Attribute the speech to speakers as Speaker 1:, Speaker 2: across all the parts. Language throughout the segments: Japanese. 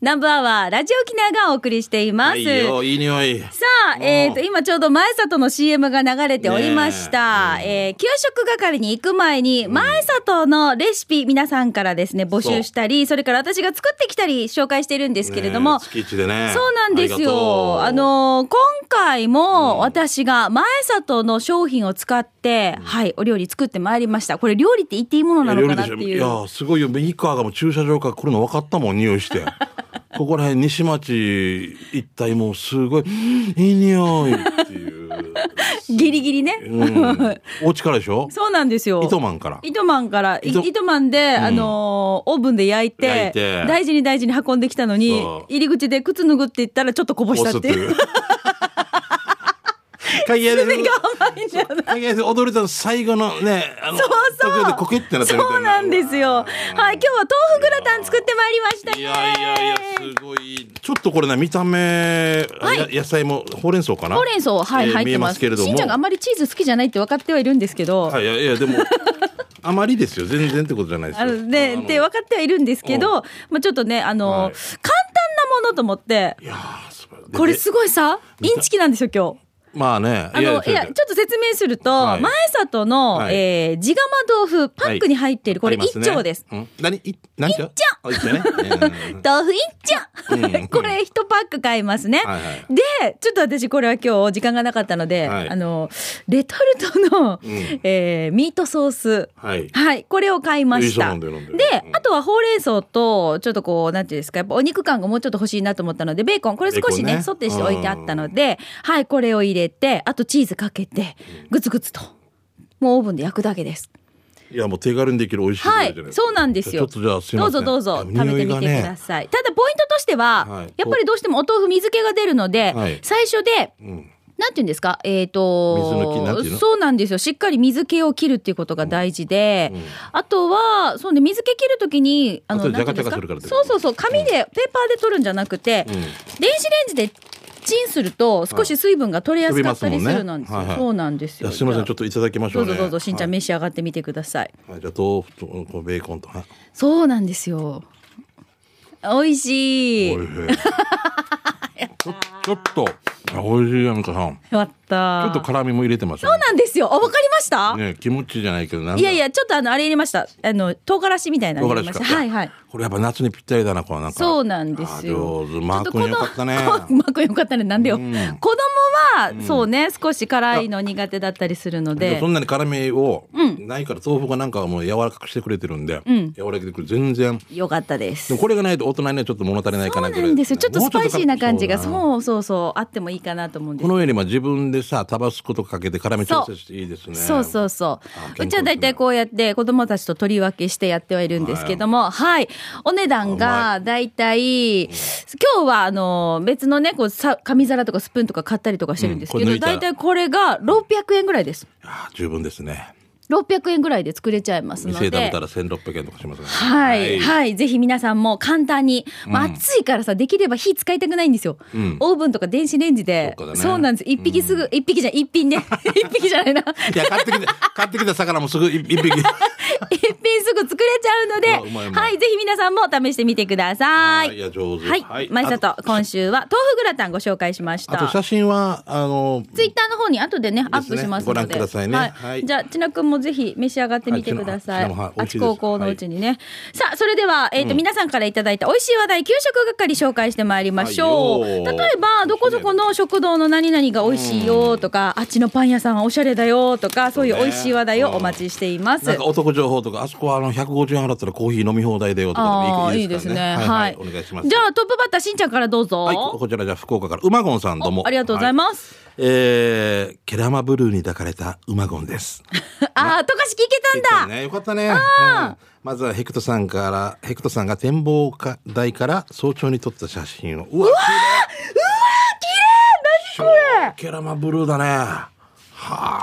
Speaker 1: ナンバーはラジオ沖縄がお送りしています。
Speaker 2: いいよ、いい匂い。
Speaker 1: さあ、えー、と、今ちょうど前里の CM が流れておりました。
Speaker 2: ね
Speaker 1: えー給食係に行く前に、前里のレシピ、皆さんからですね、募集したり、それから私が作ってきたり紹介してるんですけれども、
Speaker 2: ね月一でね。
Speaker 1: そうなんですよ。あ
Speaker 2: ありがとう、
Speaker 1: のー今回も私が前里の商品を使って、はい、お料理作ってまいりました。これ料理って言っていいものなのかなって
Speaker 2: いや料理で
Speaker 1: い
Speaker 2: し
Speaker 1: う。
Speaker 2: ょいや、すごいよ。ミニカーがもう駐車場から来るの分かったもん、匂 いして。ここら辺、西町一帯もうすごい、いい匂いっていう。
Speaker 1: ギリギリね。
Speaker 2: うん。お家からでしょ
Speaker 1: そうなんですよ。
Speaker 2: 糸満から。
Speaker 1: 糸満から、い
Speaker 2: 糸
Speaker 1: 糸満で、あのーオーブンで焼いて
Speaker 2: 焼いて
Speaker 1: 大事に大事に運んできたのに
Speaker 2: そう、
Speaker 1: 入り口で靴脱ぐって言ったらちょっとこぼし
Speaker 2: 押
Speaker 1: た
Speaker 2: す
Speaker 1: っ
Speaker 2: ってて
Speaker 1: い。
Speaker 2: いうう。 かやです。
Speaker 1: 甘いんだよな
Speaker 2: かやです。踊れたの最後のね、あの、
Speaker 1: そうそう
Speaker 2: 東京でコケってなったみたいな。
Speaker 1: そうなんですよ。はい、今日は豆腐グラタン作ってまいりました。
Speaker 2: いやいやいや、すごい。ちょっとこれね、見た目、あ
Speaker 1: はい
Speaker 2: や野菜も、ほうれん草かな
Speaker 1: ほうれん草、はい、
Speaker 2: えー
Speaker 1: 入って
Speaker 2: 見え
Speaker 1: ま。
Speaker 2: ますすけれども。
Speaker 1: しんちゃんがあんまりチーズ好きじゃないって分かってはいるんですけど、
Speaker 2: はい、いやいや、でも、 あまりですよ。全然ってことじゃないです
Speaker 1: あ
Speaker 2: よ。
Speaker 1: のね、
Speaker 2: あの
Speaker 1: で、分かってはいるんですけど、まあちょっとね、あの、
Speaker 2: はい
Speaker 1: 簡単なものと思って、
Speaker 2: いやー素晴らしいで
Speaker 1: これ
Speaker 2: です
Speaker 1: ごいさ、インチキなんですよ、今日。
Speaker 2: まあね、
Speaker 1: あの、いや、ちょっと説明すると、
Speaker 2: はい
Speaker 1: 前里の、
Speaker 2: はい
Speaker 1: えー、地釜豆腐、パックに入っている、これ
Speaker 2: ありま
Speaker 1: 一
Speaker 2: ね
Speaker 1: 丁です。。
Speaker 2: うん何、い、何丁
Speaker 1: 一丁
Speaker 2: あ一丁ね。 うん
Speaker 1: 豆腐一丁、
Speaker 2: うん
Speaker 1: これ一パック買いますね。
Speaker 2: はいはい
Speaker 1: で、ちょっと私これは今日時間がなかったので、
Speaker 2: はい
Speaker 1: あの、レトルトの、
Speaker 2: ん
Speaker 1: えーミートソース。
Speaker 2: はい。
Speaker 1: はい、これを買いまし
Speaker 2: いい
Speaker 1: た。
Speaker 2: そうなんだよなんだよ
Speaker 1: で
Speaker 2: う、ん
Speaker 1: あとはほうれん草と、ちょっとこう、なんていうんですか、やっぱお肉感がもうちょっと欲しいなと思ったので、ベーコン、これ少し
Speaker 2: ベー
Speaker 1: ね、
Speaker 2: コンね
Speaker 1: ソテーして置いてあったので、はい、これを入れて、あとチーズかけて、グツグツと。もうオーブンで焼くだけです。
Speaker 2: いや、もう手軽にできる美味しい料理
Speaker 1: はい
Speaker 2: じゃな、いですか
Speaker 1: そうなんですよ。
Speaker 2: ちょっとじゃあ、すい
Speaker 1: ど
Speaker 2: ま
Speaker 1: う
Speaker 2: せ
Speaker 1: ぞ
Speaker 2: ん。
Speaker 1: どうぞ食べてみてくだ
Speaker 2: さ
Speaker 1: さい。ただポイントとしては、
Speaker 2: はい
Speaker 1: やっぱりどうしてもお豆腐水気が出るので、
Speaker 2: はい
Speaker 1: 最初で、
Speaker 2: い。うん。
Speaker 1: なんていうんですか、えっ、と
Speaker 2: 水抜きなんていうの
Speaker 1: そうなんですよ。しっかり水気を切るっていうことが大事で、
Speaker 2: うん
Speaker 1: あとは、そうね、水気切るときに、あ
Speaker 2: あと
Speaker 1: の、
Speaker 2: で
Speaker 1: なんていうんです
Speaker 2: ジャカジャカするからってこと
Speaker 1: そうそうそう、紙で、ペーパーで取るんじゃなくて、
Speaker 2: うん
Speaker 1: 電子レンジでチンすると、少し水分が取れやすかったりするなんですよ。
Speaker 2: 飛びますもんねはいはい
Speaker 1: そうなんです
Speaker 2: い
Speaker 1: よ。
Speaker 2: やすみません、ちょっ
Speaker 1: っ
Speaker 2: といただきましょ
Speaker 1: どう
Speaker 2: うね。
Speaker 1: ぞどうぞ、しんちゃん、
Speaker 2: はい
Speaker 1: 召し上がってみてください。
Speaker 2: はいじゃあ、豆腐と、こうベーコンと。はい
Speaker 1: そうなんですよ。美味しい。
Speaker 2: おいしい。ちょちょっと、あ美味しいやんかさん。
Speaker 1: やった
Speaker 2: ちょ
Speaker 1: ー。
Speaker 2: っと辛みも入れてます
Speaker 1: そう
Speaker 2: ね。
Speaker 1: なんですよ。あ、わかりました、
Speaker 2: ね、気持ちいいじゃないけど、なん
Speaker 1: いやい
Speaker 2: や、
Speaker 1: や、ちょっとあの、あれ入れました。あの、唐辛子みたいなの
Speaker 2: 唐
Speaker 1: 入れま
Speaker 2: 辛子
Speaker 1: した。
Speaker 2: か。
Speaker 1: はいはい。。
Speaker 2: これやっぱ夏にぴったりだな、こうなんか。
Speaker 1: そうなんですよ。
Speaker 2: あ上手。マー君よかったね。
Speaker 1: こマー君よかったね。なんでよ。
Speaker 2: うん
Speaker 1: 子供は、そうね、少し辛いの苦手だったりするの
Speaker 2: で
Speaker 1: で
Speaker 2: そ。んなに辛みをないから、豆腐がなんかもう柔らかくしてくれてるんで、
Speaker 1: ん
Speaker 2: 柔らかくてくれる全然
Speaker 1: よかったです
Speaker 2: でも。これがないと大人にはちょっと物足りないか
Speaker 1: そ
Speaker 2: な
Speaker 1: う
Speaker 2: ぐ
Speaker 1: な
Speaker 2: らい
Speaker 1: んですよ。ちょっと
Speaker 2: も
Speaker 1: ス
Speaker 2: うょ
Speaker 1: パイシーな感じが、
Speaker 2: そうだな
Speaker 1: そうそうそう、あってもいいかなと思うんです
Speaker 2: この上にまあ自分でさタバスコとかかけて辛み調整していいですね
Speaker 1: そうそうそ
Speaker 2: あ
Speaker 1: う。
Speaker 2: 健康ですね
Speaker 1: うちは大体こうやって子供たちと取り分けしてやってはいるんですけども、はい。お値段が大体、今日はあの、別のね、こうさ、紙皿とかスプーンとか買ったりとかしてるんですけ
Speaker 2: うんこ
Speaker 1: ど、
Speaker 2: れ抜いた
Speaker 1: 大体これが600円ぐらいです。
Speaker 2: いやー十分ですね
Speaker 1: 600円ぐらいで作れちゃいますの
Speaker 2: 店で食べ
Speaker 1: で
Speaker 2: た。ら1600円とかしますね
Speaker 1: はい、はい、ぜひ皆さんも簡単に、まあ、暑いからさ、できれば火使いたくないんですよ。
Speaker 2: ん
Speaker 1: オーブンとか電子レンジで、
Speaker 2: そ
Speaker 1: そう
Speaker 2: う,、かだね
Speaker 1: なんです。一匹すぐ、一匹じゃ、一品ね。 一匹じゃないな。
Speaker 2: いや、買ってきた、 買ってきた魚もすぐ一一 匹。
Speaker 1: 一品すぐ作れちゃうので、
Speaker 2: うわうまいうまい
Speaker 1: はい、ぜひ皆さんも試してみてください。
Speaker 2: いや、上手。
Speaker 1: はい、前
Speaker 2: あと。
Speaker 1: 里、今週は豆腐グラタンご紹介しまし
Speaker 2: あと
Speaker 1: た。
Speaker 2: 写真は、あの、
Speaker 1: ツイッターの方に後でね、アップ
Speaker 2: ですね
Speaker 1: しますので。
Speaker 2: ご覧くださいね
Speaker 1: はい。
Speaker 2: はい
Speaker 1: じゃあ、ちなくんもぜひ召し上がってみてください。
Speaker 2: はいちなもはい美
Speaker 1: あ
Speaker 2: 味し
Speaker 1: ち
Speaker 2: いです
Speaker 1: 高校のうちにね。さあ、それでは、えっ、と、皆さんからいただいた美味しい話題、給食係紹介してまいりましょう。
Speaker 2: はいよ
Speaker 1: 例えば、どこどこの食堂の何々が美味しいよとか、あっちのパン屋さんはおしゃれだよとか、そういう美味しい話題をお待ちしています。
Speaker 2: なんかお得情報とか、あそこはあの、150円払ったらコーヒー飲み放題だよとか
Speaker 1: あ
Speaker 2: で
Speaker 1: ー
Speaker 2: も
Speaker 1: い
Speaker 2: い
Speaker 1: い
Speaker 2: い
Speaker 1: ですね。
Speaker 2: から
Speaker 1: はい、
Speaker 2: お願いします。
Speaker 1: じゃあ、トップバッター、しんちゃんからどうぞ。
Speaker 2: はい、こちらじゃあ福岡から、馬ゴンさんどうも。
Speaker 1: ありがとうござい
Speaker 2: す。
Speaker 1: ます。
Speaker 2: えー、ケラマブルーに抱かれた馬ゴンです。
Speaker 1: ああ、とかし聞けたんだ。
Speaker 2: ね、よかったね。うんまずはヘクトさんから、ヘクトさんが展望台から早朝に撮った写真を。うわうわ綺麗何これケラマブルーだね。は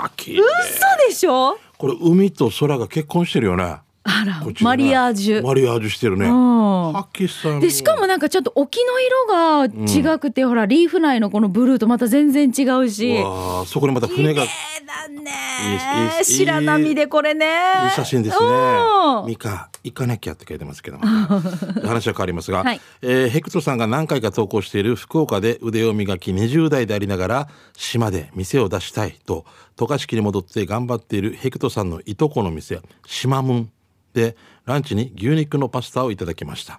Speaker 2: あ、綺麗。
Speaker 1: 嘘でしょ
Speaker 2: これ海と空が結婚してるよね。
Speaker 1: あら
Speaker 2: こっちじゃな
Speaker 1: マ
Speaker 2: い
Speaker 1: リアージュ
Speaker 2: マリアージュしてるね。
Speaker 1: うん
Speaker 2: パキスタンも
Speaker 1: でしかもなんかちょっと沖の色が違くて、ほらリーフ内のこのブルーとまた全然違うし
Speaker 2: うわあそこにまた船がいい
Speaker 1: えーだ
Speaker 2: いいで
Speaker 1: ね
Speaker 2: すいい
Speaker 1: 白波でこれね
Speaker 2: 写真ですね
Speaker 1: うん。
Speaker 2: ミカ行かなきゃって書いてますけど も。話は変わりますが、
Speaker 1: はい
Speaker 2: えーヘクトさんが何回か投稿している福岡で腕を磨き20代でありながら島で店を出したいと渡嘉敷に戻って頑張っているヘクトさんのいとこの店島ムンでランチに牛肉のパスタをいただきました。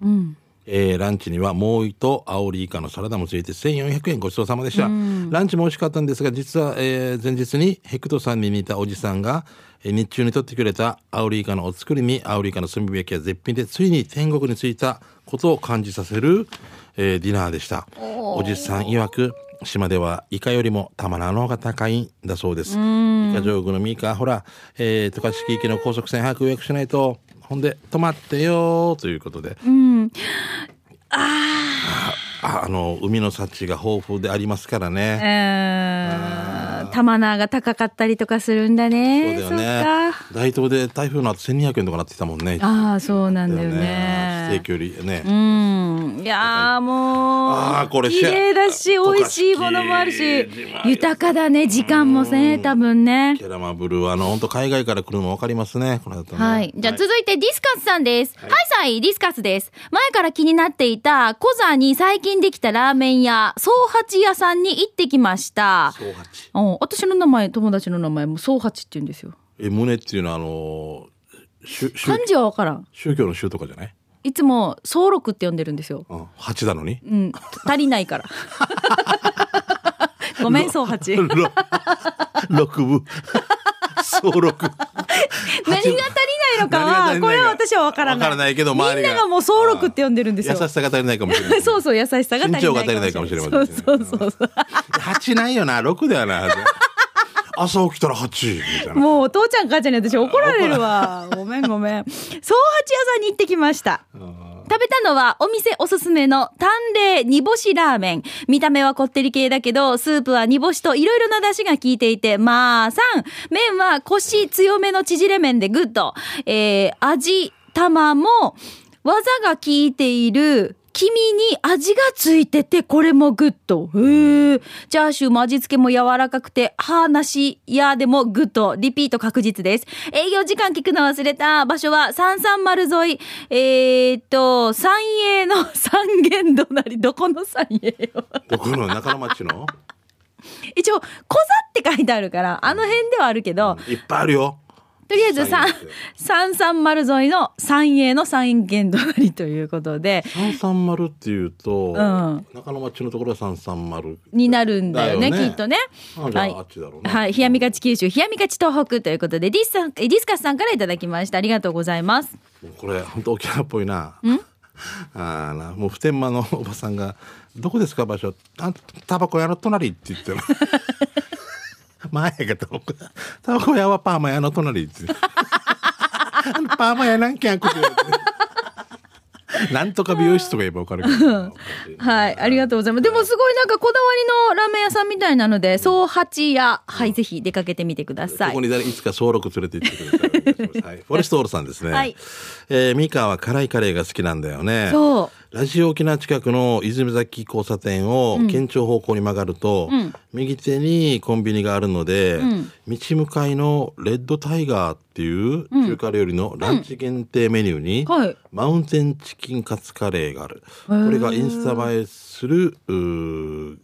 Speaker 2: えーランチにはもうと青りイカのサラダもついて1400円ごちそうさまでした、ランチも美味しかったんですが実は、えー前日にヘクトさんに似たおじさんが、えー日中に取ってくれた青りイカのお作りに青りイカの炭火焼きは絶品でついに天国に着いたことを感じさせる、えーディナーでしたおじさん曰く島ではイカよりも玉の方が高いんだそうですイカ上宮のミカほら、えー、渡嘉敷行きの高速船早く予約しないとほんで泊まってよーということでああの海の幸が豊富でありますからね。
Speaker 1: うん玉縄が高かったりとかするんだね
Speaker 2: そうだよね
Speaker 1: そっか。
Speaker 2: 大東で台風の後1200円とかなってたもんね。
Speaker 1: ああそうなんだよ
Speaker 2: ねステー
Speaker 1: ね
Speaker 2: キよりね。
Speaker 1: うんいやーもう
Speaker 2: あーこれ
Speaker 1: 綺麗だし
Speaker 2: シェア
Speaker 1: 美味しいものもある
Speaker 2: 渡
Speaker 1: し
Speaker 2: 嘉敷自慢
Speaker 1: 豊かだね時間もね多分ね
Speaker 2: キャラマブルーあの本当海外から来るの分かりますね。この後ね
Speaker 1: はい。じゃあ続いてディスカスさんです。はい、さい、ディスカスです。前から気になっていた、コザに最近できたラーメン屋、総八屋さんに行ってきました。
Speaker 2: ソウハチ
Speaker 1: うん、私の名前、友達の名前も総八って言うんですよ。
Speaker 2: え胸っていうのはあの宗宗
Speaker 1: 漢字はわからん。
Speaker 2: 宗教の宗とかじゃない？
Speaker 1: いつも総六って呼んでるんですよ。
Speaker 2: うん八なの に。
Speaker 1: うん、足りない から。ごめん、総八。何が
Speaker 2: ろ六部総六。
Speaker 1: 足りないのかは、
Speaker 2: 何
Speaker 1: こ
Speaker 2: が足りない
Speaker 1: れ
Speaker 2: か
Speaker 1: は私はわからない。
Speaker 2: わからないけど周りが
Speaker 1: みんながもう総六って呼んでるんですよ。
Speaker 2: 優。しさが足りないかもしれな い
Speaker 1: そうそう、優しさが足りない。
Speaker 2: 身長が足りないかもしれませんね
Speaker 1: そうそうそうそう。
Speaker 2: 八ないよな六だよな。朝起きたら八みたいな。
Speaker 1: もうお父ちゃん母ちゃんに私怒られる わ。ごめんごめん。総八屋さんに行ってきました。食べたのはお店おすすめの淡麗煮干しラーメン。見た目はこってり系だけど、スープは煮干しといろいろな出汁が効いていて、まあ、3、麺はコシ強めの縮れ麺でグッド。えー、味、玉も、技が効いている、黄身に味がついてて、これもグッド。へえ。チャーシューも味付けも柔らかくて、歯なしやでもグッド。リピート確実です。営業時間聞くの忘れた。場所は330沿い。えー、っと、三栄の 三軒隣。どこの三栄よ。
Speaker 2: どこの中野町の。
Speaker 1: 一応、小座って書いてあるから、あの辺ではあるけど、
Speaker 2: いっぱいあるよ。
Speaker 1: とりあえず三
Speaker 2: 三栄ですよ
Speaker 1: 330沿いの三栄の三軒隣ということで、
Speaker 2: 三三丸っていうと、
Speaker 1: ん
Speaker 2: 中野町のところは三三丸。
Speaker 1: になるんだよね、
Speaker 2: だよね
Speaker 1: きっとね。
Speaker 2: あじゃああっちだろうね
Speaker 1: はい。冷やみがち九州、冷やみがち東北ということで、ディスさん、ディスカスさんからいただきました。ありがとうございます。
Speaker 2: もうこれ本当沖縄っぽいな。 あーなもう普天間のおばさんが「どこですか場所あタバコ屋の隣」って言ってる 前がタバコ屋タバコ屋はパーマ屋の隣って言 ってパーマ屋なんけんこれ なんとか美容室とか言えば分かるけど
Speaker 1: はい。ありがとうございます。でもすごいなんかこだわりのラーメン屋さんみたいなので、総八屋、はい、ぜひ出かけてみてくださ
Speaker 2: こ
Speaker 1: い
Speaker 2: こ。に誰いつか総録連れて行ってくれた ら、はい、フォレストオールさんですね。
Speaker 1: はい
Speaker 2: えーミカは辛いカレーが好きなんだよね。。
Speaker 1: そう
Speaker 2: ラジオ沖縄近くの泉崎交差点を県庁方向に曲がると、右手にコンビニがあるので、道向かいのレッドタイガーっていう中華料理のランチ限定メニューに、
Speaker 1: はい。
Speaker 2: マウンテンチキンカツカレーがある。これがインスタ映えする、うー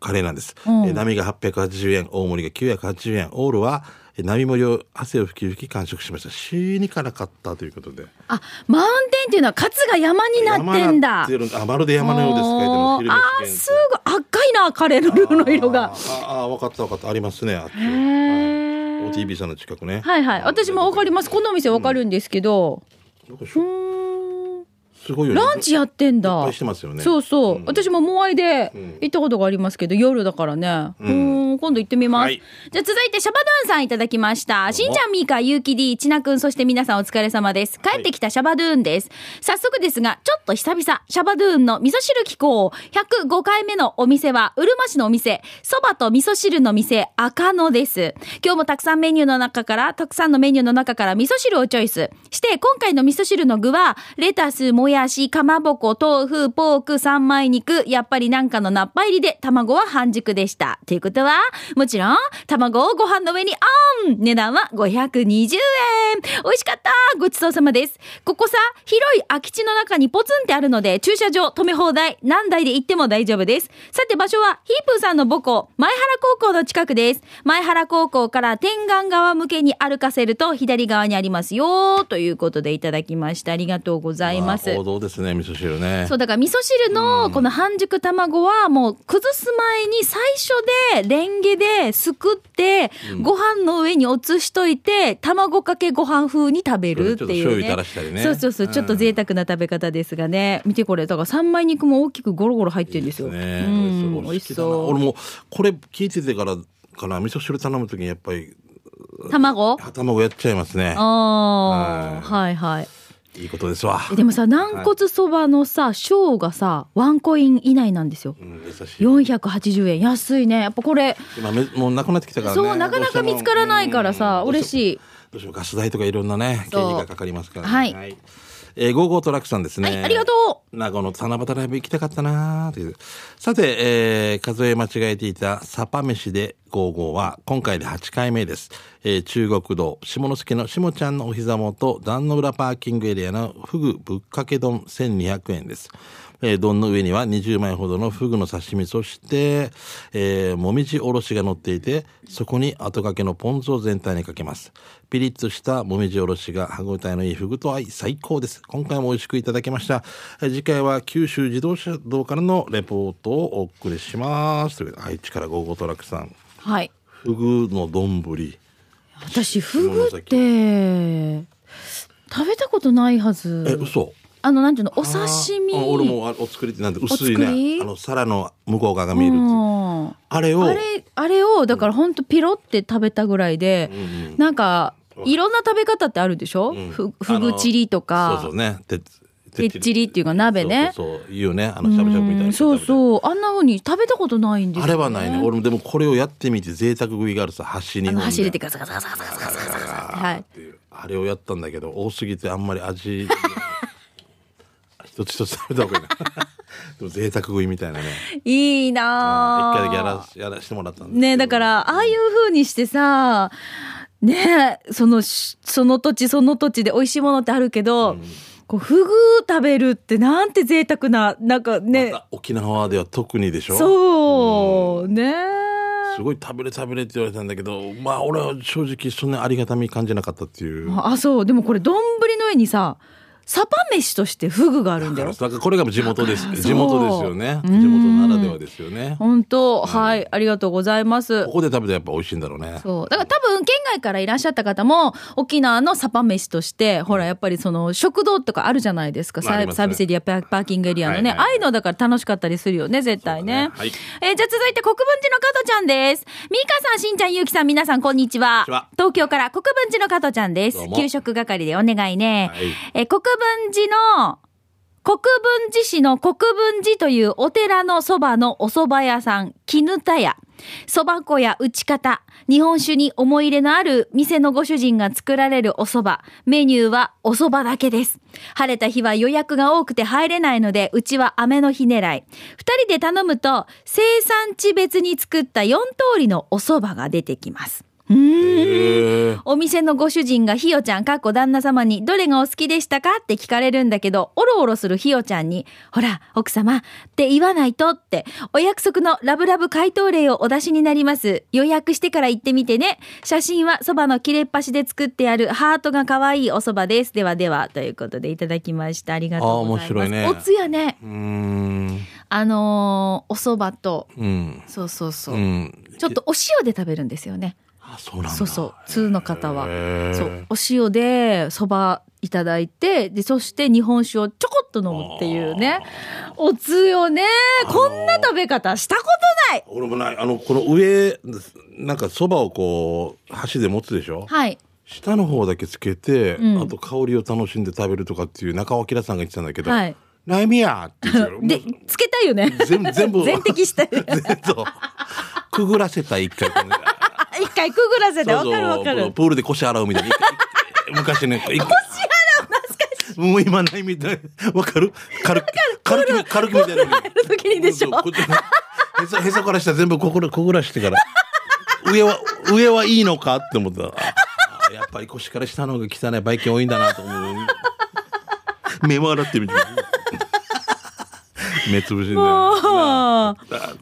Speaker 2: カレーなんです。
Speaker 1: ん
Speaker 2: えー波が880円、大盛りが980円、オールは、えー波盛りを汗をふきふき完食しました。死に辛かったということで。
Speaker 1: あ、マウンテンっていうのはカツが山になってんだ。
Speaker 2: 山なってるあ、まるで山のようですけれども、
Speaker 1: お
Speaker 2: 昼
Speaker 1: ー
Speaker 2: 飯
Speaker 1: あ
Speaker 2: 限
Speaker 1: ー、
Speaker 2: 定
Speaker 1: すごい。赤いな、カレーのルーの色が。
Speaker 2: ああ、わかったわかった。ありますね。あっち。
Speaker 1: へー
Speaker 2: OTB さんの近くね。
Speaker 1: はいはい。私もわかります。このお店わかるんですけど。
Speaker 2: なんかしょ
Speaker 1: うーん
Speaker 2: すごいよね
Speaker 1: ランチやってんだ。
Speaker 2: いっぱいしてますよね
Speaker 1: そうそう、
Speaker 2: ん
Speaker 1: 私もモアイで
Speaker 2: うん
Speaker 1: 行ったことがありますけど、夜だからね。うん、今度行ってみます。
Speaker 2: はい
Speaker 1: じゃあ続いてシャバドゥンさんいただきました。しんちゃん、みーか、ゆうきり、ちなくん、そして皆さんお疲れ様です。帰ってきたシャバドゥーンです。早速ですが、ちょっと久々、シャバドゥーンの味噌汁機構、105回目のお店は、うるま市のお店、そばと味噌汁の店、赤野です。今日もたくさんメニューの中から、たくさんのメニューの中から味噌汁をチョイス。して、今回の味噌汁の具は、レタス、もやし、かまぼこ、豆腐、ポーク、三枚肉、やっぱりなんかのナッパ入りで、卵は半熟でした。ということは、もちろん、卵をご飯の上にオン値段は520円美味しかったごちそうさまです。ここさ、広い空き地の中にポツンってあるので、駐車場止め放題、何台で行っても大丈夫です。さて場所は、ヒープーさんの母校、前原高校の近くです。前原高校から天眼川向けに歩かせると、左側にありますよ、ということでいただきました。ありがとうございます。
Speaker 2: あ王道ですね味噌汁ね
Speaker 1: そうだから味噌汁のこの半熟卵はもう崩す前に最初でレンゲですくってご飯の上におつしといて卵かけご飯風に食べるっていう、ね、
Speaker 2: ちょっと醤油垂らしたりね
Speaker 1: そうそうそうちょっと贅沢な食べ方ですがね見てこれだから三枚肉も大きくゴロゴロ入ってるんですよ
Speaker 2: ね
Speaker 1: うん、美
Speaker 2: 美味
Speaker 1: 味
Speaker 2: し
Speaker 1: し
Speaker 2: そう好きだな俺
Speaker 1: そ
Speaker 2: もこれ聞いててからかな味噌汁頼むときにやっぱり
Speaker 1: う卵
Speaker 2: 頭をやっちゃいますね
Speaker 1: ああはいはい
Speaker 2: いいことですわ
Speaker 1: え、でもさ軟骨そばのさ小がさワンコイン以内なんですよ
Speaker 2: うん、優しい
Speaker 1: 480円安いねやっぱこれ
Speaker 2: 今めもうなくなってきたからね
Speaker 1: そうなかなか見つからないからさ嬉
Speaker 2: い
Speaker 1: しい
Speaker 2: どうしようガス代とかいろんなね経
Speaker 1: そう
Speaker 2: 費がかかりますから、ね、
Speaker 1: はい
Speaker 2: えー、ゴーゴートラックさんですね、
Speaker 1: はいありがとう
Speaker 2: 名護の七夕ライブ行きたかったなーというさて、えー数え間違えていたサパ飯で55は今回で8回目です、えー中国道下関の下ちゃんのお膝元壇の浦パーキングエリアのフグぶっかけ丼1200円ですえー丼の上には20枚ほどのフグの刺身そして、えーもみじおろしが乗っていてそこに後掛けのポン酢を全体にかけますピリッとしたもみじおろしが歯ごたえのいいフグと合い最高です今回も美味しくいただきました、えー次回は九州自動車道からのレポートをお送りしますということで愛知からゴーゴートラックさん
Speaker 1: はい
Speaker 2: フグの丼
Speaker 1: 私フグって食べたことないはず
Speaker 2: え嘘
Speaker 1: あのなんていうのお
Speaker 2: お
Speaker 1: 刺身
Speaker 2: 俺もあお作りってなんて薄い
Speaker 1: お作
Speaker 2: ね
Speaker 1: り
Speaker 2: あの皿の向こう側が見えるっていう
Speaker 1: うん
Speaker 2: あれを
Speaker 1: あれあれをだから本当ピロって食べたぐらいで、なんかいろんな食べ方ってあるでしょ、ふフグチリとか
Speaker 2: そうそうね。て
Speaker 1: てっちりっていうか鍋ね
Speaker 2: そうそうそういうね、あのしゃぶしゃぶみたいなやつ食
Speaker 1: そ
Speaker 2: べ
Speaker 1: う
Speaker 2: て。
Speaker 1: そうあんなふうに食べたことないんですよ、
Speaker 2: あれはないね。俺もでもこれをやってみて贅沢食いがあるさ、箸に。
Speaker 1: あの走れてガサガサガサガサガサガサガサはい
Speaker 2: っていうあれをやったんだけど、多すぎてあんまり味。 一つ一つ食べた方がいいな。 でも贅沢食いみたいなね。
Speaker 1: いいな
Speaker 2: 一
Speaker 1: あ
Speaker 2: 回だけやらしやらしてもらったんですけど
Speaker 1: ねだからああいう風にしてさねそのしその土地その土地で美味しいものってあるけど、こうフグ食べるってなんて贅沢ななんかね、
Speaker 2: また沖縄では特にでしょ。
Speaker 1: そう、ね
Speaker 2: すごい食べれ食べれって言われたんだけど、まあ俺は正直そんなありがたみ感じなかったっていう。
Speaker 1: あそうでもこれ丼の上にさサパ飯としてフグがあるんだ
Speaker 2: だ
Speaker 1: よ
Speaker 2: からこれが地元です
Speaker 1: だからそう
Speaker 2: 地元ですよね地元ならではですよねこ
Speaker 1: 本当はいありがとうございます
Speaker 2: こで食べたらやっぱ美味しいんだろうね
Speaker 1: そうだから多分県外からいらっしゃった方も沖縄のサパ飯としてほらやっぱりその食堂とかあるじゃないですか、
Speaker 2: まああり
Speaker 1: サ
Speaker 2: ますね
Speaker 1: サービスエリアパパーキングエリアのね、
Speaker 2: はいはいはい
Speaker 1: ああいうのだから楽しかったりするよね絶対ね
Speaker 2: そうだねは
Speaker 1: え
Speaker 2: い
Speaker 1: ーじゃあ続いて国分寺の加藤ちゃんですミカさんしんちゃんゆうきさん皆さんこんにちは
Speaker 2: こんにちは
Speaker 1: 東京から国分寺の加藤ちゃんです
Speaker 2: どうも
Speaker 1: 給食係でお願いね、
Speaker 2: はい
Speaker 1: えー国分寺の国分寺市の国分寺というお寺のそばのお蕎麦屋さん、絹田屋。蕎麦粉や打ち方、日本酒に思い入れのある店のご主人が作られるお蕎麦。メニューはお蕎麦だけです。晴れた日は予約が多くて入れないので、うちは雨の日狙い。二人で頼むと、生産地別に作った4通りのお蕎麦が出てきます。うーん。
Speaker 2: へえ
Speaker 1: お店のご主人がひよちゃん、かっこ旦那様に、どれがお好きでしたかって聞かれるんだけど、おろおろするひよちゃんに、ほら、奥様、って言わないとって、お約束のラブラブ回答例をお出しになります。予約してから行ってみてね。写真はそばの切れっ端で作ってあるハートが可愛いおそばです。ではでは、ということでいただきました。ありがとうございます。
Speaker 2: あー面白いね
Speaker 1: おつやね、
Speaker 2: うーん
Speaker 1: あのーおそばと、
Speaker 2: うん
Speaker 1: そうそうそうう。
Speaker 2: ん
Speaker 1: ちょっとお塩で食べるんですよね。
Speaker 2: あそうなんだ
Speaker 1: そうそう、通の方は
Speaker 2: へー。
Speaker 1: そう、お塩で、そばいただいてでそして日本酒をちょこっと飲むっていうねおつよねこんな食べ方したことない
Speaker 2: 俺もないあのこの上なんかそばをこう箸で持つでしょ
Speaker 1: はい
Speaker 2: 下の方だけつけて、
Speaker 1: うん
Speaker 2: あと香りを楽しんで食べるとかっていう中尾明さんが言ってたんだけど「
Speaker 1: はい
Speaker 2: ライミヤ!」って言って
Speaker 1: でつけたいよね
Speaker 2: 全部全部
Speaker 1: 全摘 したい
Speaker 2: 全部くぐらせた一回このね
Speaker 1: 一回くぐらせてわかるわか
Speaker 2: そうそう
Speaker 1: る
Speaker 2: プールで腰洗うみたいな 一回一回昔ね腰洗う懐かしいもう今ないみたいわかる軽く軽く軽くみたいなのに
Speaker 1: やる時にでしょ
Speaker 2: そうそうこっちのへそへそから下全部ここらこぐらしてから上は上はいいのかって思ったあやっぱり腰から下の方が汚いバイキン多いんだなと思う目も洗ってみて目つぶしんだ
Speaker 1: もう
Speaker 2: よあ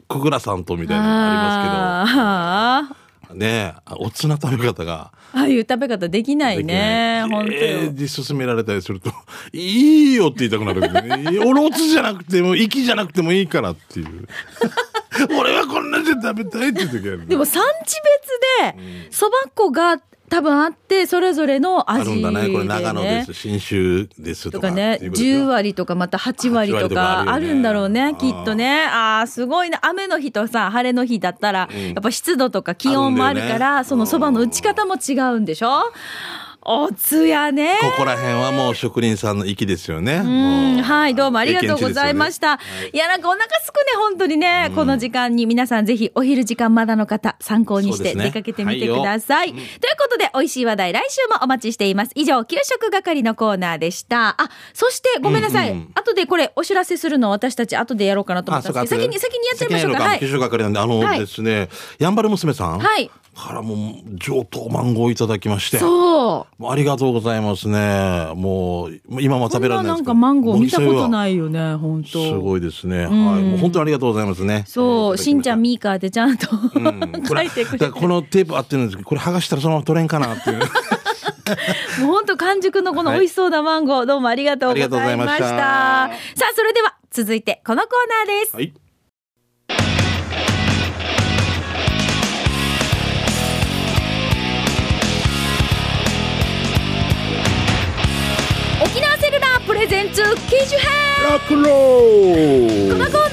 Speaker 2: 小倉さんとみたいなのあります
Speaker 1: あー
Speaker 2: けどねえあおつな食べ方が
Speaker 1: ああいう食べ方できな
Speaker 2: で
Speaker 1: い
Speaker 2: き
Speaker 1: ね
Speaker 2: ない
Speaker 1: 本当に、
Speaker 2: えーで勧められたりすると 「いいよ」って言いたくなるけどねいや俺おつじゃなくても息じゃなくてもいいからっていう 俺はこんなんじゃ食べたいっていう時あるね
Speaker 1: でも産地別でそば粉が多分あってそれぞれの
Speaker 2: あ
Speaker 1: 味
Speaker 2: る
Speaker 1: で、ね、
Speaker 2: んだねこれ長野です信州です
Speaker 1: と
Speaker 2: と
Speaker 1: か
Speaker 2: か
Speaker 1: ね
Speaker 2: っていうことでしょ
Speaker 1: 10割とかまた8割と
Speaker 2: 8割とかある
Speaker 1: か
Speaker 2: よね
Speaker 1: あるんだろうね
Speaker 2: あー
Speaker 1: きっとねああすごいな雨の日とさ晴れの日だったら、やっぱ湿度とか気温もあるか
Speaker 2: あるんだ
Speaker 1: ら
Speaker 2: よね
Speaker 1: そのそばの打ち方も違うんでしょおつやね
Speaker 2: ここら辺はもう職人さんの息ですよね
Speaker 1: うん、
Speaker 2: もう
Speaker 1: はい、どうもありがとうございました。
Speaker 2: 経
Speaker 1: いや、なんかお腹すくね、本当にね、この時間に皆さんぜひお昼時間まだの方、参考にし
Speaker 2: そうで
Speaker 1: て
Speaker 2: すね
Speaker 1: 出かけてみてください。ということで、美味しい話題、来週もお待ちしています。以上、給食係のコーナーでした。あ、そして、ごめんなさい。
Speaker 2: うんうん
Speaker 1: 後でこれ、お知らせするの私たち、後でやろうかなと思ったんですけど、先に、先にやっちゃいましょうか。は
Speaker 2: 九
Speaker 1: い。
Speaker 2: 州係なんで、あの
Speaker 1: はい
Speaker 2: ですね、やんばる娘さん。
Speaker 1: はい。
Speaker 2: からもう上等マンゴーいただきまして。
Speaker 1: そう。
Speaker 2: もうありがとうございますね。もう、今も
Speaker 1: こ
Speaker 2: 食
Speaker 1: ん
Speaker 2: べら
Speaker 1: な
Speaker 2: れな
Speaker 1: なん
Speaker 2: いですけど。
Speaker 1: かマンゴー見たこと
Speaker 2: い。
Speaker 1: ないよね、本
Speaker 2: す
Speaker 1: 当。
Speaker 2: ごいですね。はい。もう本当にありがとうございますね。
Speaker 1: そう、
Speaker 2: えー
Speaker 1: しんちゃん、。ミーカーでちゃんと、
Speaker 2: いただきましたうんこ
Speaker 1: 書
Speaker 2: れ
Speaker 1: いてくれ
Speaker 2: だか
Speaker 1: て
Speaker 2: らこのテープ合ってるんですけど、これ剥がしたらそのまま取れんかなっていう。
Speaker 1: もう本当完熟のこの美味しそうなマンゴー、どうもありがとうございました。
Speaker 2: ありがとうございま
Speaker 1: さあ、それでは続いてこのコーナーです。
Speaker 2: はい。
Speaker 1: 沖縄セルラープレゼンツ機種編
Speaker 2: ラクロ
Speaker 1: このコーナーは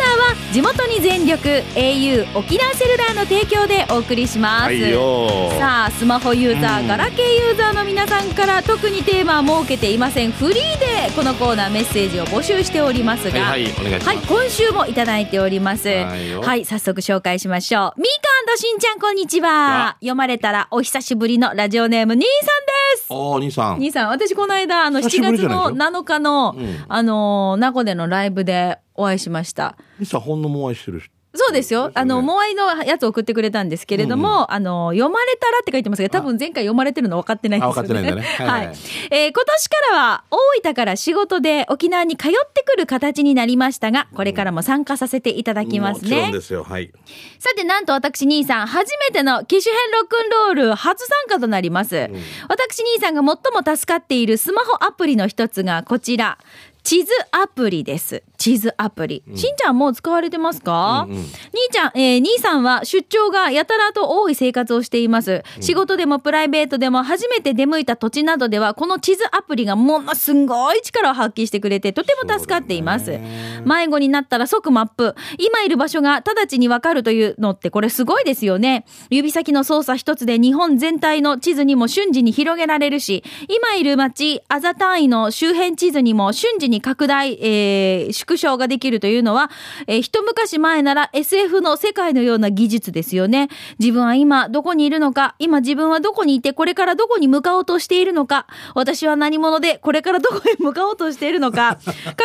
Speaker 1: 地元に全力 au 沖縄セルラーの提供でお送りします。
Speaker 2: はいよ。
Speaker 1: さあスマホユーザー、
Speaker 2: うん
Speaker 1: ガラケーユーザーの皆さんから特にテーマは設けていませんフリーでこのコーナーメッセージを募集しておりますが、
Speaker 2: はいはいお願いします
Speaker 1: はい今週もいただいております
Speaker 2: はいよ
Speaker 1: はい早速紹介しましょうみかんとしんちゃんこんにちは
Speaker 2: は
Speaker 1: 読まれたらお久しぶりのラジオネーム兄さんです
Speaker 2: おー、兄さん。
Speaker 1: 兄さん私この間あの
Speaker 2: 久しぶ
Speaker 1: 7
Speaker 2: りじ
Speaker 1: 月
Speaker 2: ゃない
Speaker 1: の7日の、
Speaker 2: うん
Speaker 1: あの名護でのライブでお会いしました
Speaker 2: 兄さん、ほんのもう愛してるし。
Speaker 1: そうですよ。あの、
Speaker 2: ね
Speaker 1: モアイのやつを送ってくれたんですけれども、あの、読まれたらって書いてますが、多分前回読まれてるの分かってないですよね。
Speaker 2: あ分かってないんだね
Speaker 1: は、
Speaker 2: はいいはい
Speaker 1: えー今年からは、大分から仕事で沖縄に通ってくる形になりましたが、これからも参加させていただきます
Speaker 2: もちろん
Speaker 1: ね。
Speaker 2: ですよ。はい。
Speaker 1: さて、なんと私兄さん、初めての機種編ロックンロール初参加となります。私兄さんが最も助かっているスマホアプリの一つがこちら。地図アプリです。地図アプリ。しんちゃんもう使われてますか、兄ちゃん、えー兄さんは出張がやたらと多い生活をしています。仕事でもプライベートでも初めて出向いた土地などでは、この地図アプリがものすごい力を発揮してくれて、とても助かっています。迷子になったら即マップ。今いる場所が直ちにわかるというのってこれすごいですよね。指先の操作一つで日本全体の地図にも瞬時に広げられるし、今いる町、あざ単位の周辺地図にも瞬時に拡大、えー縮小ができるというのは、えー一昔前なら SF の世界のような技術ですよね。自分は今どこにいるのか、今自分はどこにいてこれからどこに向かおうとしているのか、私は何者でこれからどこへ向かおうとしているのか、か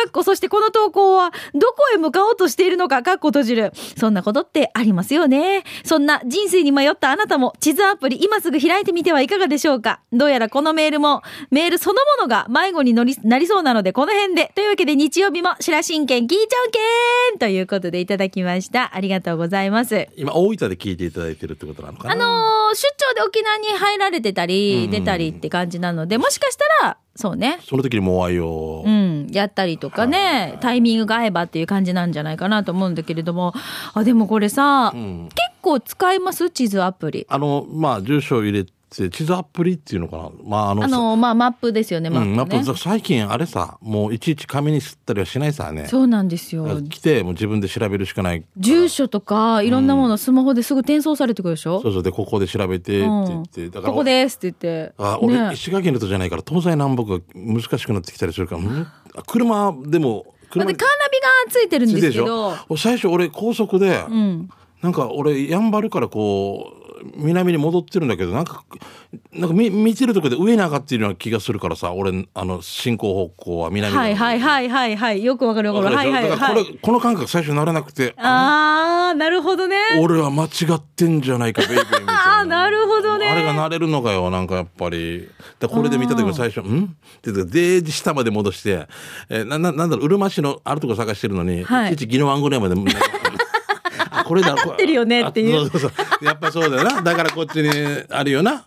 Speaker 1: っこそしてこの投稿はどこへ向かおうとしているのか、かっこ閉じる。そんなことってありますよね。そんな人生に迷ったあなたも地図アプリ今すぐ開いてみてはいかがでしょうか。どうやらこのメールも、メールそのものが迷子に乗りなりそうなのでこの辺で。というわけで日曜日も白真剣キーちゃんけーんということでいただきました。ありがとうございます。
Speaker 2: 今、大分で聞いていただいてるってことなのかな
Speaker 1: あのー出張で沖縄に入られてたり、出たりって感じなので、もしかしたら、そうね。
Speaker 2: その時にもう愛を
Speaker 1: う。ん、やったりとかね、タイミングが合えばっていう感じなんじゃないかなと思うんだけれども、あ、でもこれさ、
Speaker 2: うん
Speaker 1: 結構使います地図アプリ。
Speaker 2: あの、まあ、住所を入れって地図アプリっていうのかなまああの
Speaker 1: あのまあマップですよねマ
Speaker 2: うん、マ
Speaker 1: ップね、
Speaker 2: ップ最近あれさもういちいち紙に吸ったりはしないさね
Speaker 1: そうなんですよ
Speaker 2: 来てもう自分で調べるしかない
Speaker 1: 住所とかいろんなものスマホですぐ転送されてくるでしょ、
Speaker 2: そうそうでここで調べてって言って、だから
Speaker 1: ここですって言って
Speaker 2: あ俺、
Speaker 1: ね
Speaker 2: 石川県の人じゃないから東西南北が難しくなってきたりするから、うんあ車でも
Speaker 1: まあ
Speaker 2: 車
Speaker 1: で
Speaker 2: に
Speaker 1: カーナビがついてるん
Speaker 2: つい
Speaker 1: で
Speaker 2: て
Speaker 1: す
Speaker 2: る
Speaker 1: け
Speaker 2: でしょ
Speaker 1: ど
Speaker 2: お最初俺高速で、
Speaker 1: うん
Speaker 2: なんか俺やんばるからこう南に戻ってるんだけどなんかなんかみ見てるとこで上に上がっているような気がするからさ俺あの進行方向は南
Speaker 1: はいはい
Speaker 2: い
Speaker 1: はいはいはいよくわかるわかる
Speaker 2: は
Speaker 1: はいい
Speaker 2: は
Speaker 1: はいい
Speaker 2: だから
Speaker 1: は
Speaker 2: これ、
Speaker 1: い
Speaker 2: この感覚最初慣れなくて
Speaker 1: あーなるほどね
Speaker 2: 俺は間違ってんじゃないかベイベーみたいな
Speaker 1: あなるほどね
Speaker 2: あれが慣れるのかよなんかやっぱりだこれで見た時も最初「ん?」って言ってで下まで戻して、えーなななんだろううるま市のあるとこ探してるのに、
Speaker 1: はい
Speaker 2: い、ちいち宜野湾ぐらいまで あこれだ当
Speaker 1: ってるよねっていう
Speaker 2: そうそうそうやっぱそうだよなだからこっちにあるよな、うん、フ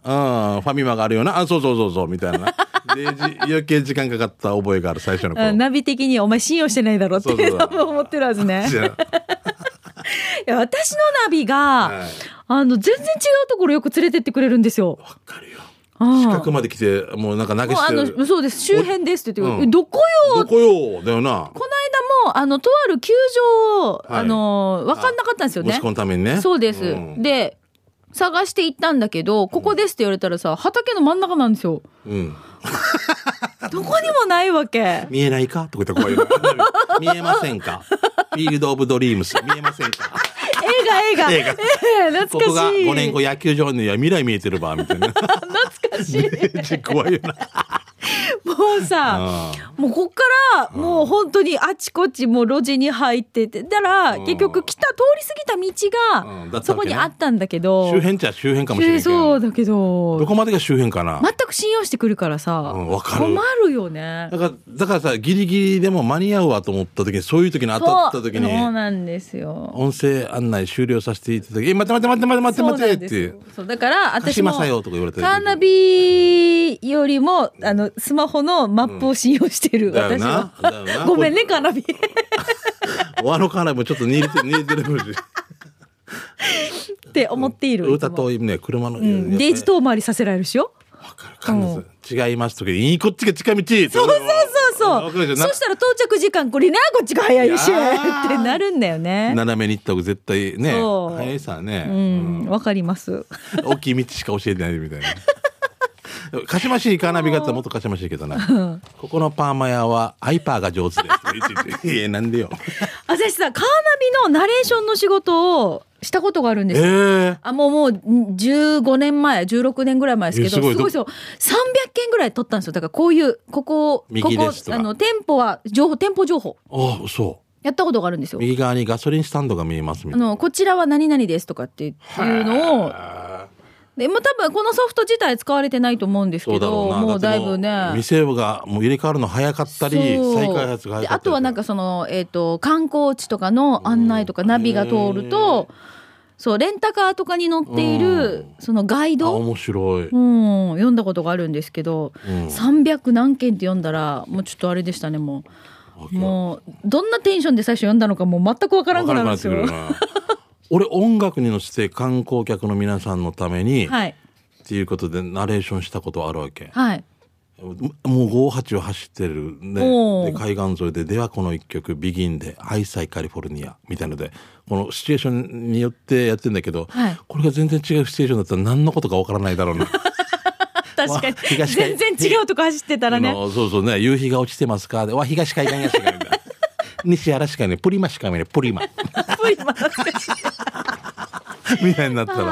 Speaker 2: ァミマがあるよなあそうそうそうそうみたいなでじ余計時間かかった覚えがある最初の
Speaker 1: う
Speaker 2: 頃
Speaker 1: んナビ的にお前信用してないだろって
Speaker 2: そうそうそう
Speaker 1: 多分思ってるはず ね
Speaker 2: じゃあ
Speaker 1: いや私のナビが、
Speaker 2: はい
Speaker 1: あの全然違うところよく連れてってくれるんですよ
Speaker 2: わかるよ
Speaker 1: うん
Speaker 2: 近くまで来てもうなんか投げ
Speaker 1: もう
Speaker 2: 捨
Speaker 1: あ
Speaker 2: てる
Speaker 1: のそうです周辺ですって言って、
Speaker 2: うん
Speaker 1: どこよ
Speaker 2: どこよだよな
Speaker 1: この間もあのとある球場を、
Speaker 2: はい
Speaker 1: あの分かんなかったんですよ
Speaker 2: 持
Speaker 1: ね
Speaker 2: ち込むためにね
Speaker 1: そうです、
Speaker 2: うん
Speaker 1: で探して行ったんだけどここですって言われたらさ畑の真ん中なんですよ
Speaker 2: うん
Speaker 1: どこにもないわけ
Speaker 2: 見えないかとか言 ったら怖いよ見えませんかフィールド・オブ・ドリームス見えませ んか
Speaker 1: 映画映画
Speaker 2: 映画
Speaker 1: ええ
Speaker 2: こ
Speaker 1: 懐
Speaker 2: こが
Speaker 1: かしい
Speaker 2: 5年後野球場にいや未来見えてるばみたいな
Speaker 1: 懐かしい
Speaker 2: 怖いよ
Speaker 1: もうさ
Speaker 2: な
Speaker 1: もうこっからもう本当にあちこちもう路地に入っててだから
Speaker 2: うん
Speaker 1: 結局来た通り過ぎた道
Speaker 2: うんだ
Speaker 1: が
Speaker 2: ったわけね
Speaker 1: そこにあったんだけど、
Speaker 2: 周辺っちゃ周辺かもしれないけ
Speaker 1: そ
Speaker 2: ど
Speaker 1: うだけ
Speaker 2: ど
Speaker 1: ど
Speaker 2: こまでが周辺かな
Speaker 1: 全く信用してくるからさ、
Speaker 2: うんわかる
Speaker 1: 困るよね
Speaker 2: だからだからさギリギリでも間に合うわと思った時にそういう時に当たった時
Speaker 1: そうそう
Speaker 2: に
Speaker 1: なんですよ
Speaker 2: 音声案内終了させていただき「え待って待って待って待って待って」って
Speaker 1: そ
Speaker 2: い
Speaker 1: ううなんですよそうだから
Speaker 2: 「貸
Speaker 1: 私
Speaker 2: し
Speaker 1: も
Speaker 2: ま
Speaker 1: カ
Speaker 2: さよ」とか言われた時
Speaker 1: ーナビよりもあのスマホのマップを信用してる、
Speaker 2: だよ
Speaker 1: 私は
Speaker 2: なだよな
Speaker 1: ごめんねカーナビ
Speaker 2: 和のカーナビもちょっと似て似てるかもしれない
Speaker 1: って思っている
Speaker 2: 歌とね車の、
Speaker 1: うん、デイジ遠回りさせられるしよ
Speaker 2: わかる感じです違いますとかいいこっちが近道そうそう
Speaker 1: そうそうそうそしたら到着時間これなこっちが早いし
Speaker 2: いやー
Speaker 1: ってなるんだよね
Speaker 2: 斜めに行った方が絶対ね
Speaker 1: そう
Speaker 2: 早いさ
Speaker 1: う
Speaker 2: ね、
Speaker 1: んわかります
Speaker 2: 大きい道しか教えてないみたいなでもかしましいカーナビがあったらもっとかしましいけどなここのパーマ屋はハイパーが上 手ですいやなんでよ
Speaker 1: 私さカーナビのナレーションの仕事をしたことがあるん
Speaker 2: え
Speaker 1: ですよ
Speaker 2: ー、
Speaker 1: あもうもう15年前16年ぐらい前ですけど
Speaker 2: え
Speaker 1: す
Speaker 2: す
Speaker 1: ご
Speaker 2: ご
Speaker 1: いで
Speaker 2: い
Speaker 1: すよ300件ぐらい取ったんですよだからこういうこここ
Speaker 2: 右
Speaker 1: こ
Speaker 2: ですとか
Speaker 1: あの店舗は情報店舗情報
Speaker 2: ああそ
Speaker 1: やったことがあるんですよ
Speaker 2: う右側にガソリンスタンドが見えます
Speaker 1: あ
Speaker 2: みたいな
Speaker 1: のこちらは何々ですとかっていうのを
Speaker 2: あー
Speaker 1: でもう多分このソフト自体使われてないと思うんです
Speaker 2: そ
Speaker 1: け
Speaker 2: うだろう
Speaker 1: ど
Speaker 2: な
Speaker 1: もうだいぶ
Speaker 2: だってもう
Speaker 1: ね
Speaker 2: 店がもう入れ替わるの早かったり
Speaker 1: そう
Speaker 2: 再開発
Speaker 1: で
Speaker 2: が早かったり
Speaker 1: あとはなんかその、えー、と観光地とかの案内とかナビが通るとそうレンタカーとかに乗っていうる
Speaker 2: ん
Speaker 1: そのガイ
Speaker 2: あ
Speaker 1: ド
Speaker 2: 面白い、
Speaker 1: うん、読んだことがあるんですけど、
Speaker 2: うん
Speaker 1: 300何件って読んだらもうちょっとあれでしたねもうもうどんなテンションで最初読んだのかもう全くわからんくなるんですよ
Speaker 2: わ。からなくなってくるよな 俺音楽に乗せて観光客の皆さんのために、
Speaker 1: はい
Speaker 2: っていうことでナレーションしたことあるわけ
Speaker 1: はい
Speaker 2: ももう58を走ってる
Speaker 1: おー
Speaker 2: ねで海岸沿いで「ではこの一曲ビギンで「ハイサイカリフォルニア」みたいのでこのシチュエーションによってやってんだけど、
Speaker 1: はい
Speaker 2: これが全然違うシチュエーションだったら何のことかわからないだろうな。
Speaker 1: 確かに
Speaker 2: わ東海
Speaker 1: 全然違うとこ走ってたら
Speaker 2: あ
Speaker 1: ね
Speaker 2: のそうそうね夕日が落ちてますかでわ東海岸やし かみたいな西嵐かねプリマしか見ないプリマ
Speaker 1: プリマ懐か しい
Speaker 2: みたいになったら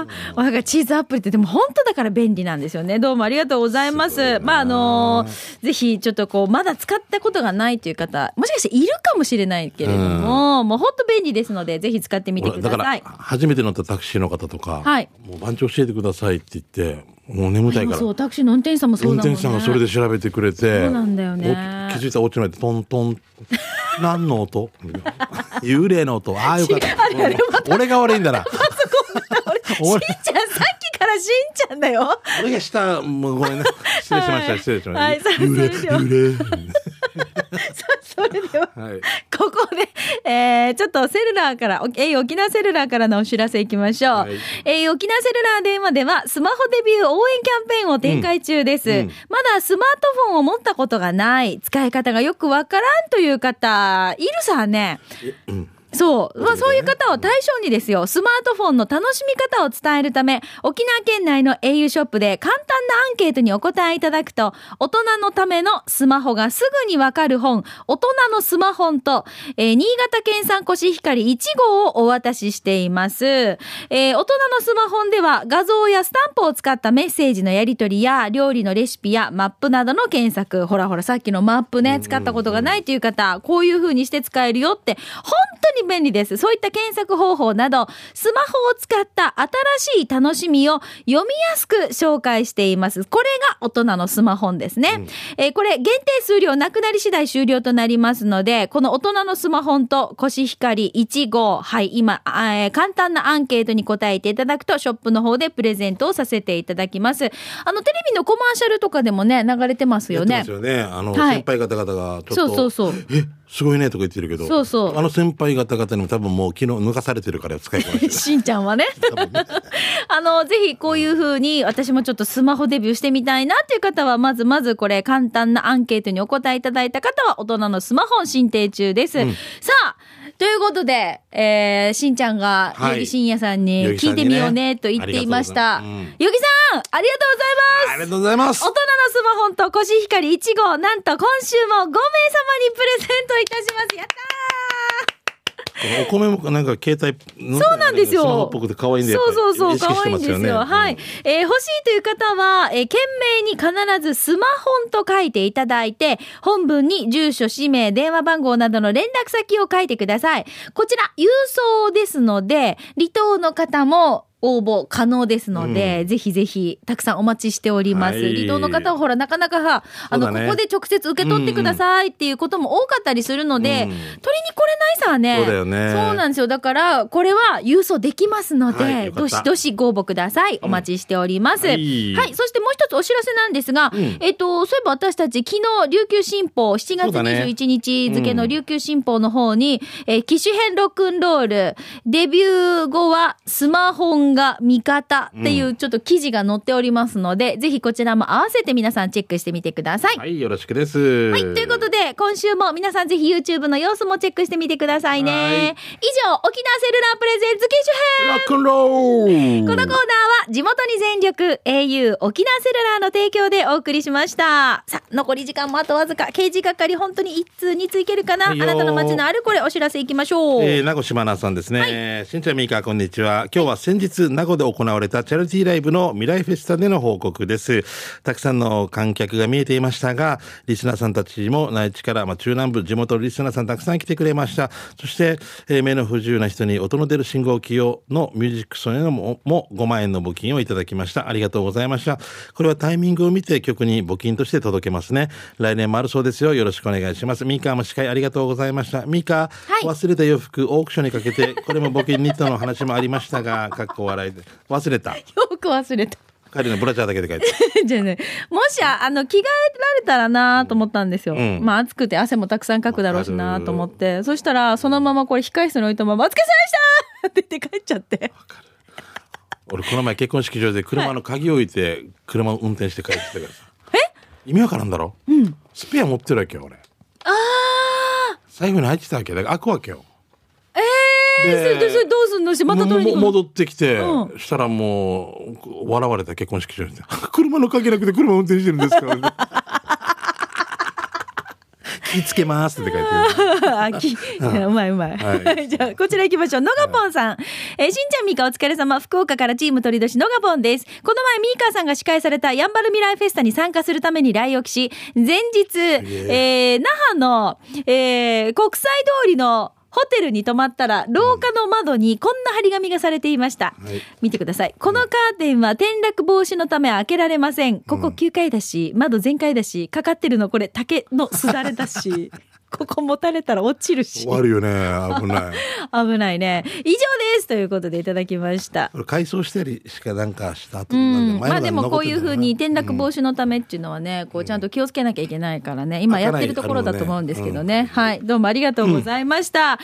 Speaker 1: あーなんか地図アプリってでも本当だから便利なんですよねどうもありがとうございます
Speaker 2: すごいな
Speaker 1: まああのーぜひちょっとこうまだ使ったことがないという方もしかしているかもしれないけれども、もう本当便利ですのでぜひ使ってみて
Speaker 2: 俺
Speaker 1: く
Speaker 2: だ
Speaker 1: だ
Speaker 2: か
Speaker 1: さ
Speaker 2: ら
Speaker 1: い
Speaker 2: 初めて乗ったタクシーの方とか、
Speaker 1: はい
Speaker 2: もう番長教えてくださいって言ってもう眠た
Speaker 1: で
Speaker 2: いか
Speaker 1: も
Speaker 2: ら
Speaker 1: そうタクシーの運転手さんもそう
Speaker 2: 運
Speaker 1: だもんね
Speaker 2: 転手さんがそれで調べてくれて
Speaker 1: そうなんだよね
Speaker 2: お気づいたら落ちてないでトントン何の音 みたいな幽霊の音ああよか ったうん俺が悪いんだな
Speaker 1: しん
Speaker 2: 俺
Speaker 1: ちゃん、さっきからしんちゃんだよ。
Speaker 2: 俺がしたもうごめんな失礼しまし
Speaker 1: は
Speaker 2: た
Speaker 1: い
Speaker 2: 失礼しました、
Speaker 1: はいそれ
Speaker 2: 幽
Speaker 1: そ
Speaker 2: 霊
Speaker 1: れでは
Speaker 2: 幽霊
Speaker 1: それでは、
Speaker 2: はい
Speaker 1: ここ方で、えーちょっとセルラーから、お A 沖縄セルラーからのお知らせいきましょう。
Speaker 2: はい
Speaker 1: A 沖縄セルラー電話では、スマホデビュー応援キャンペーンを展開中です。
Speaker 2: うん
Speaker 1: まだスマートフォンを持ったことがない、使い方がよくわからんという方、いるさね。
Speaker 2: うん
Speaker 1: そう。まあ、
Speaker 2: と
Speaker 1: そう
Speaker 2: い
Speaker 1: いうう
Speaker 2: ことね
Speaker 1: 方を対象にですよ、スマートフォンの楽しみ方を伝えるため、沖縄県内の au ショップで簡単なアンケートにお答えいただくと、大人のためのスマホがすぐにわかる本、大人のスマホンと、えー新潟県産コシヒカリ1号をお渡ししています。えー大人のスマホンでは画像やスタンプを使ったメッセージのやり取りや、料理のレシピやマップなどの検索、ほらほらさっきのマップね、使ったことがないという方、こういう風にして使えるよって、本当に便利です。そういった検索方法など、スマホを使った新しい楽しみを読みやすく紹介しています。これが大人のスマホですね。えーこれ、限定数量なくなり次第終了となりますので、この大人のスマホとコシヒカリ1号、はい、今、あーえー簡単なアンケートに答えていただくと、ショップの方でプレゼントをさせていただきます。あの、テレビのコマーシャルとかでもね、流れてます
Speaker 2: や
Speaker 1: よ
Speaker 2: ってま
Speaker 1: ね
Speaker 2: す。よね。あの、
Speaker 1: はい
Speaker 2: 先輩方々がちょっと。
Speaker 1: そうそうそう。
Speaker 2: え、すごいねとか言ってるけど。
Speaker 1: そうそう
Speaker 2: あの先輩方々にも多分もう昨日抜かされてるから使いこな してる。
Speaker 1: しんちゃんはね。あの、ぜひこういう風に私もちょっとスマホデビューしてみたいなっていう方は、まずまずこれ簡単なアンケートにお答えいただいた方は、大人のスマホを申請中です。さあ、ということで、えー、しんちゃんが、
Speaker 2: はい
Speaker 1: よぎしんやさんに
Speaker 2: よぎさ
Speaker 1: 聞い
Speaker 2: んにね
Speaker 1: てみようねと言っていました。
Speaker 2: ありがとうございます
Speaker 1: よぎさん、ありがとうございます
Speaker 2: ありがとうございます
Speaker 1: 大。人のスマホンとコシヒカリ1号、なんと今週も5名様にプレゼントいたします。やったー
Speaker 2: お米もなんか携帯の
Speaker 1: そうなんですよ。
Speaker 2: スマホっぽくて可愛いんでやっ
Speaker 1: そ
Speaker 2: ぱ
Speaker 1: う
Speaker 2: り
Speaker 1: そうそう、可
Speaker 2: 意識して
Speaker 1: 愛いん
Speaker 2: ま
Speaker 1: ですよ。
Speaker 2: ね
Speaker 1: はい。えー欲しいという方は、えー懸命に必ずスマホンと書いていただいて、本文に住所、氏名、電話番号などの連絡先を書いてください。こちら、郵送ですので、離島の方も、応募可能ですので、ぜひぜひたくさんお待ちしております。
Speaker 2: はい
Speaker 1: 離島の方はほらなかなかは、あ
Speaker 2: そ
Speaker 1: の、
Speaker 2: うだね
Speaker 1: ここで直接受け取ってくださいっていうことも多かったりするので、
Speaker 2: う
Speaker 1: 取
Speaker 2: ん
Speaker 1: りに来れないさはね、
Speaker 2: そうだよね
Speaker 1: そうなんですよ。だから、これは郵送できますので、
Speaker 2: はいよか
Speaker 1: ど
Speaker 2: っ
Speaker 1: したどしご応募ください。お待ちしております。
Speaker 2: うん
Speaker 1: は、
Speaker 2: はいい
Speaker 1: そしてもう一つお知らせなんですが、
Speaker 2: うん
Speaker 1: えっと、そういえば私たち昨日、琉球新報、7
Speaker 2: そ
Speaker 1: 月
Speaker 2: うだね
Speaker 1: 21日付の琉球新報の方に、えー機種編ロックンロール、デビュー後はスマホが味方っていうちょっと記事が載っておりますので、ぜひこちらも合わせて皆さんチェックしてみてください。
Speaker 2: はい、よろしくです。
Speaker 1: はい、ということで、今週も皆さんぜひ YouTube の様子もチェックしてみてくださいね。以
Speaker 2: はい
Speaker 1: 上、沖縄セルラープレゼンツ機種編
Speaker 2: ロックンロール
Speaker 1: このコーナーは地元に全力 au 沖縄セルラーの提供でお送りしました。さあ、残り時間もあとわずか、刑事係本当に1通2通いけるかなあ
Speaker 2: はいよ
Speaker 1: なたの街のあるこれお知らせいきましょう。
Speaker 2: えー、名護島奈さんですね。しんちゃんみーか、こんにちは。今日は先日、名護で行われたチャリティーライブの未来フェスタでの報告です。たくさんの観客が見えていましたが、リスナーさんたちも内地から、まあ、中南部、地元のリスナーさんたくさん来てくれました。そして、えー目の不自由な人に音の出る信号機用のミュージックソネのもも5万円の募金をいただきました。ありがとうございました。これはタイミングを見て曲に募金として届けますね。来年もあるそうですよ。よろしくお願いします。ミーカーも司会ありがとうございました。ミーカー、
Speaker 1: はい
Speaker 2: 忘れた洋服オークションにかけてこれも募金ニットの話もありましたが かっこ笑いで忘れ た
Speaker 1: よく忘れた。
Speaker 2: 彼のブラジャーだけで書い て
Speaker 1: じゃあね、もしああの着替えられたらなと思ったんですよ、
Speaker 2: うん
Speaker 1: まあ暑くて汗もたくさんかくだろうしなと思ってそしたらそのままこれ控室に置いたまま「お疲れ様でした!」って言って帰っちゃって
Speaker 2: 俺この前結婚式場で車の鍵を置いて車を運転して帰ってきたからさえ意味わからんだろ、スペア持ってるわけよ俺
Speaker 1: ああ
Speaker 2: 財布に入ってたわけだから開くわけよ
Speaker 1: えー、それでそれどうすんのしてまた取りに
Speaker 2: も
Speaker 1: 行くの
Speaker 2: 戻ってきて、
Speaker 1: うん
Speaker 2: したらもう笑われた結婚式場で 車の鍵なくて車運転してるんで すからね気ぃつけますって書いてる
Speaker 1: あきうまいうまい、
Speaker 2: は
Speaker 1: じゃあこちら行きましょうのがぽんさん、えーしんちゃんみーかお疲れ様福岡からチーム鳥年のがぽんですこの前みーかーさんが司会されたやんばる未来フェスタに参加するために来沖し前日、えー那覇の、えー国際通りのホテルに泊まったら廊下の窓にこんな張り紙がされていました、
Speaker 2: はい
Speaker 1: 見てくださいこのカーテンは転落防止のため開けられませんここ9階だし窓全開だしかかってるのこれ竹のすだれだし ここ持たれたら落ちるし
Speaker 2: 終わるよね危な い
Speaker 1: 危ないね以上ですということでいただきました
Speaker 2: これ改装したりしかなんかした後
Speaker 1: う
Speaker 2: なん
Speaker 1: ん
Speaker 2: で
Speaker 1: まあでもこういうふうに転落
Speaker 2: 止
Speaker 1: 防止のためっていうのはね、こうちゃんと気をつけなきゃいけないからね今やってるところだと思うんですけどねはいどうもありがとうございました、さあ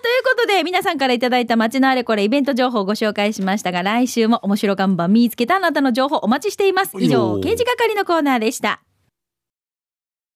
Speaker 1: ということで皆さんからいただいた街のあれこれイベント情報をご紹介しましたが来週も面白看板見つけたあなたの情報お待ちしています以
Speaker 2: いい
Speaker 1: 上
Speaker 2: よ
Speaker 1: 刑事係のコーナーでした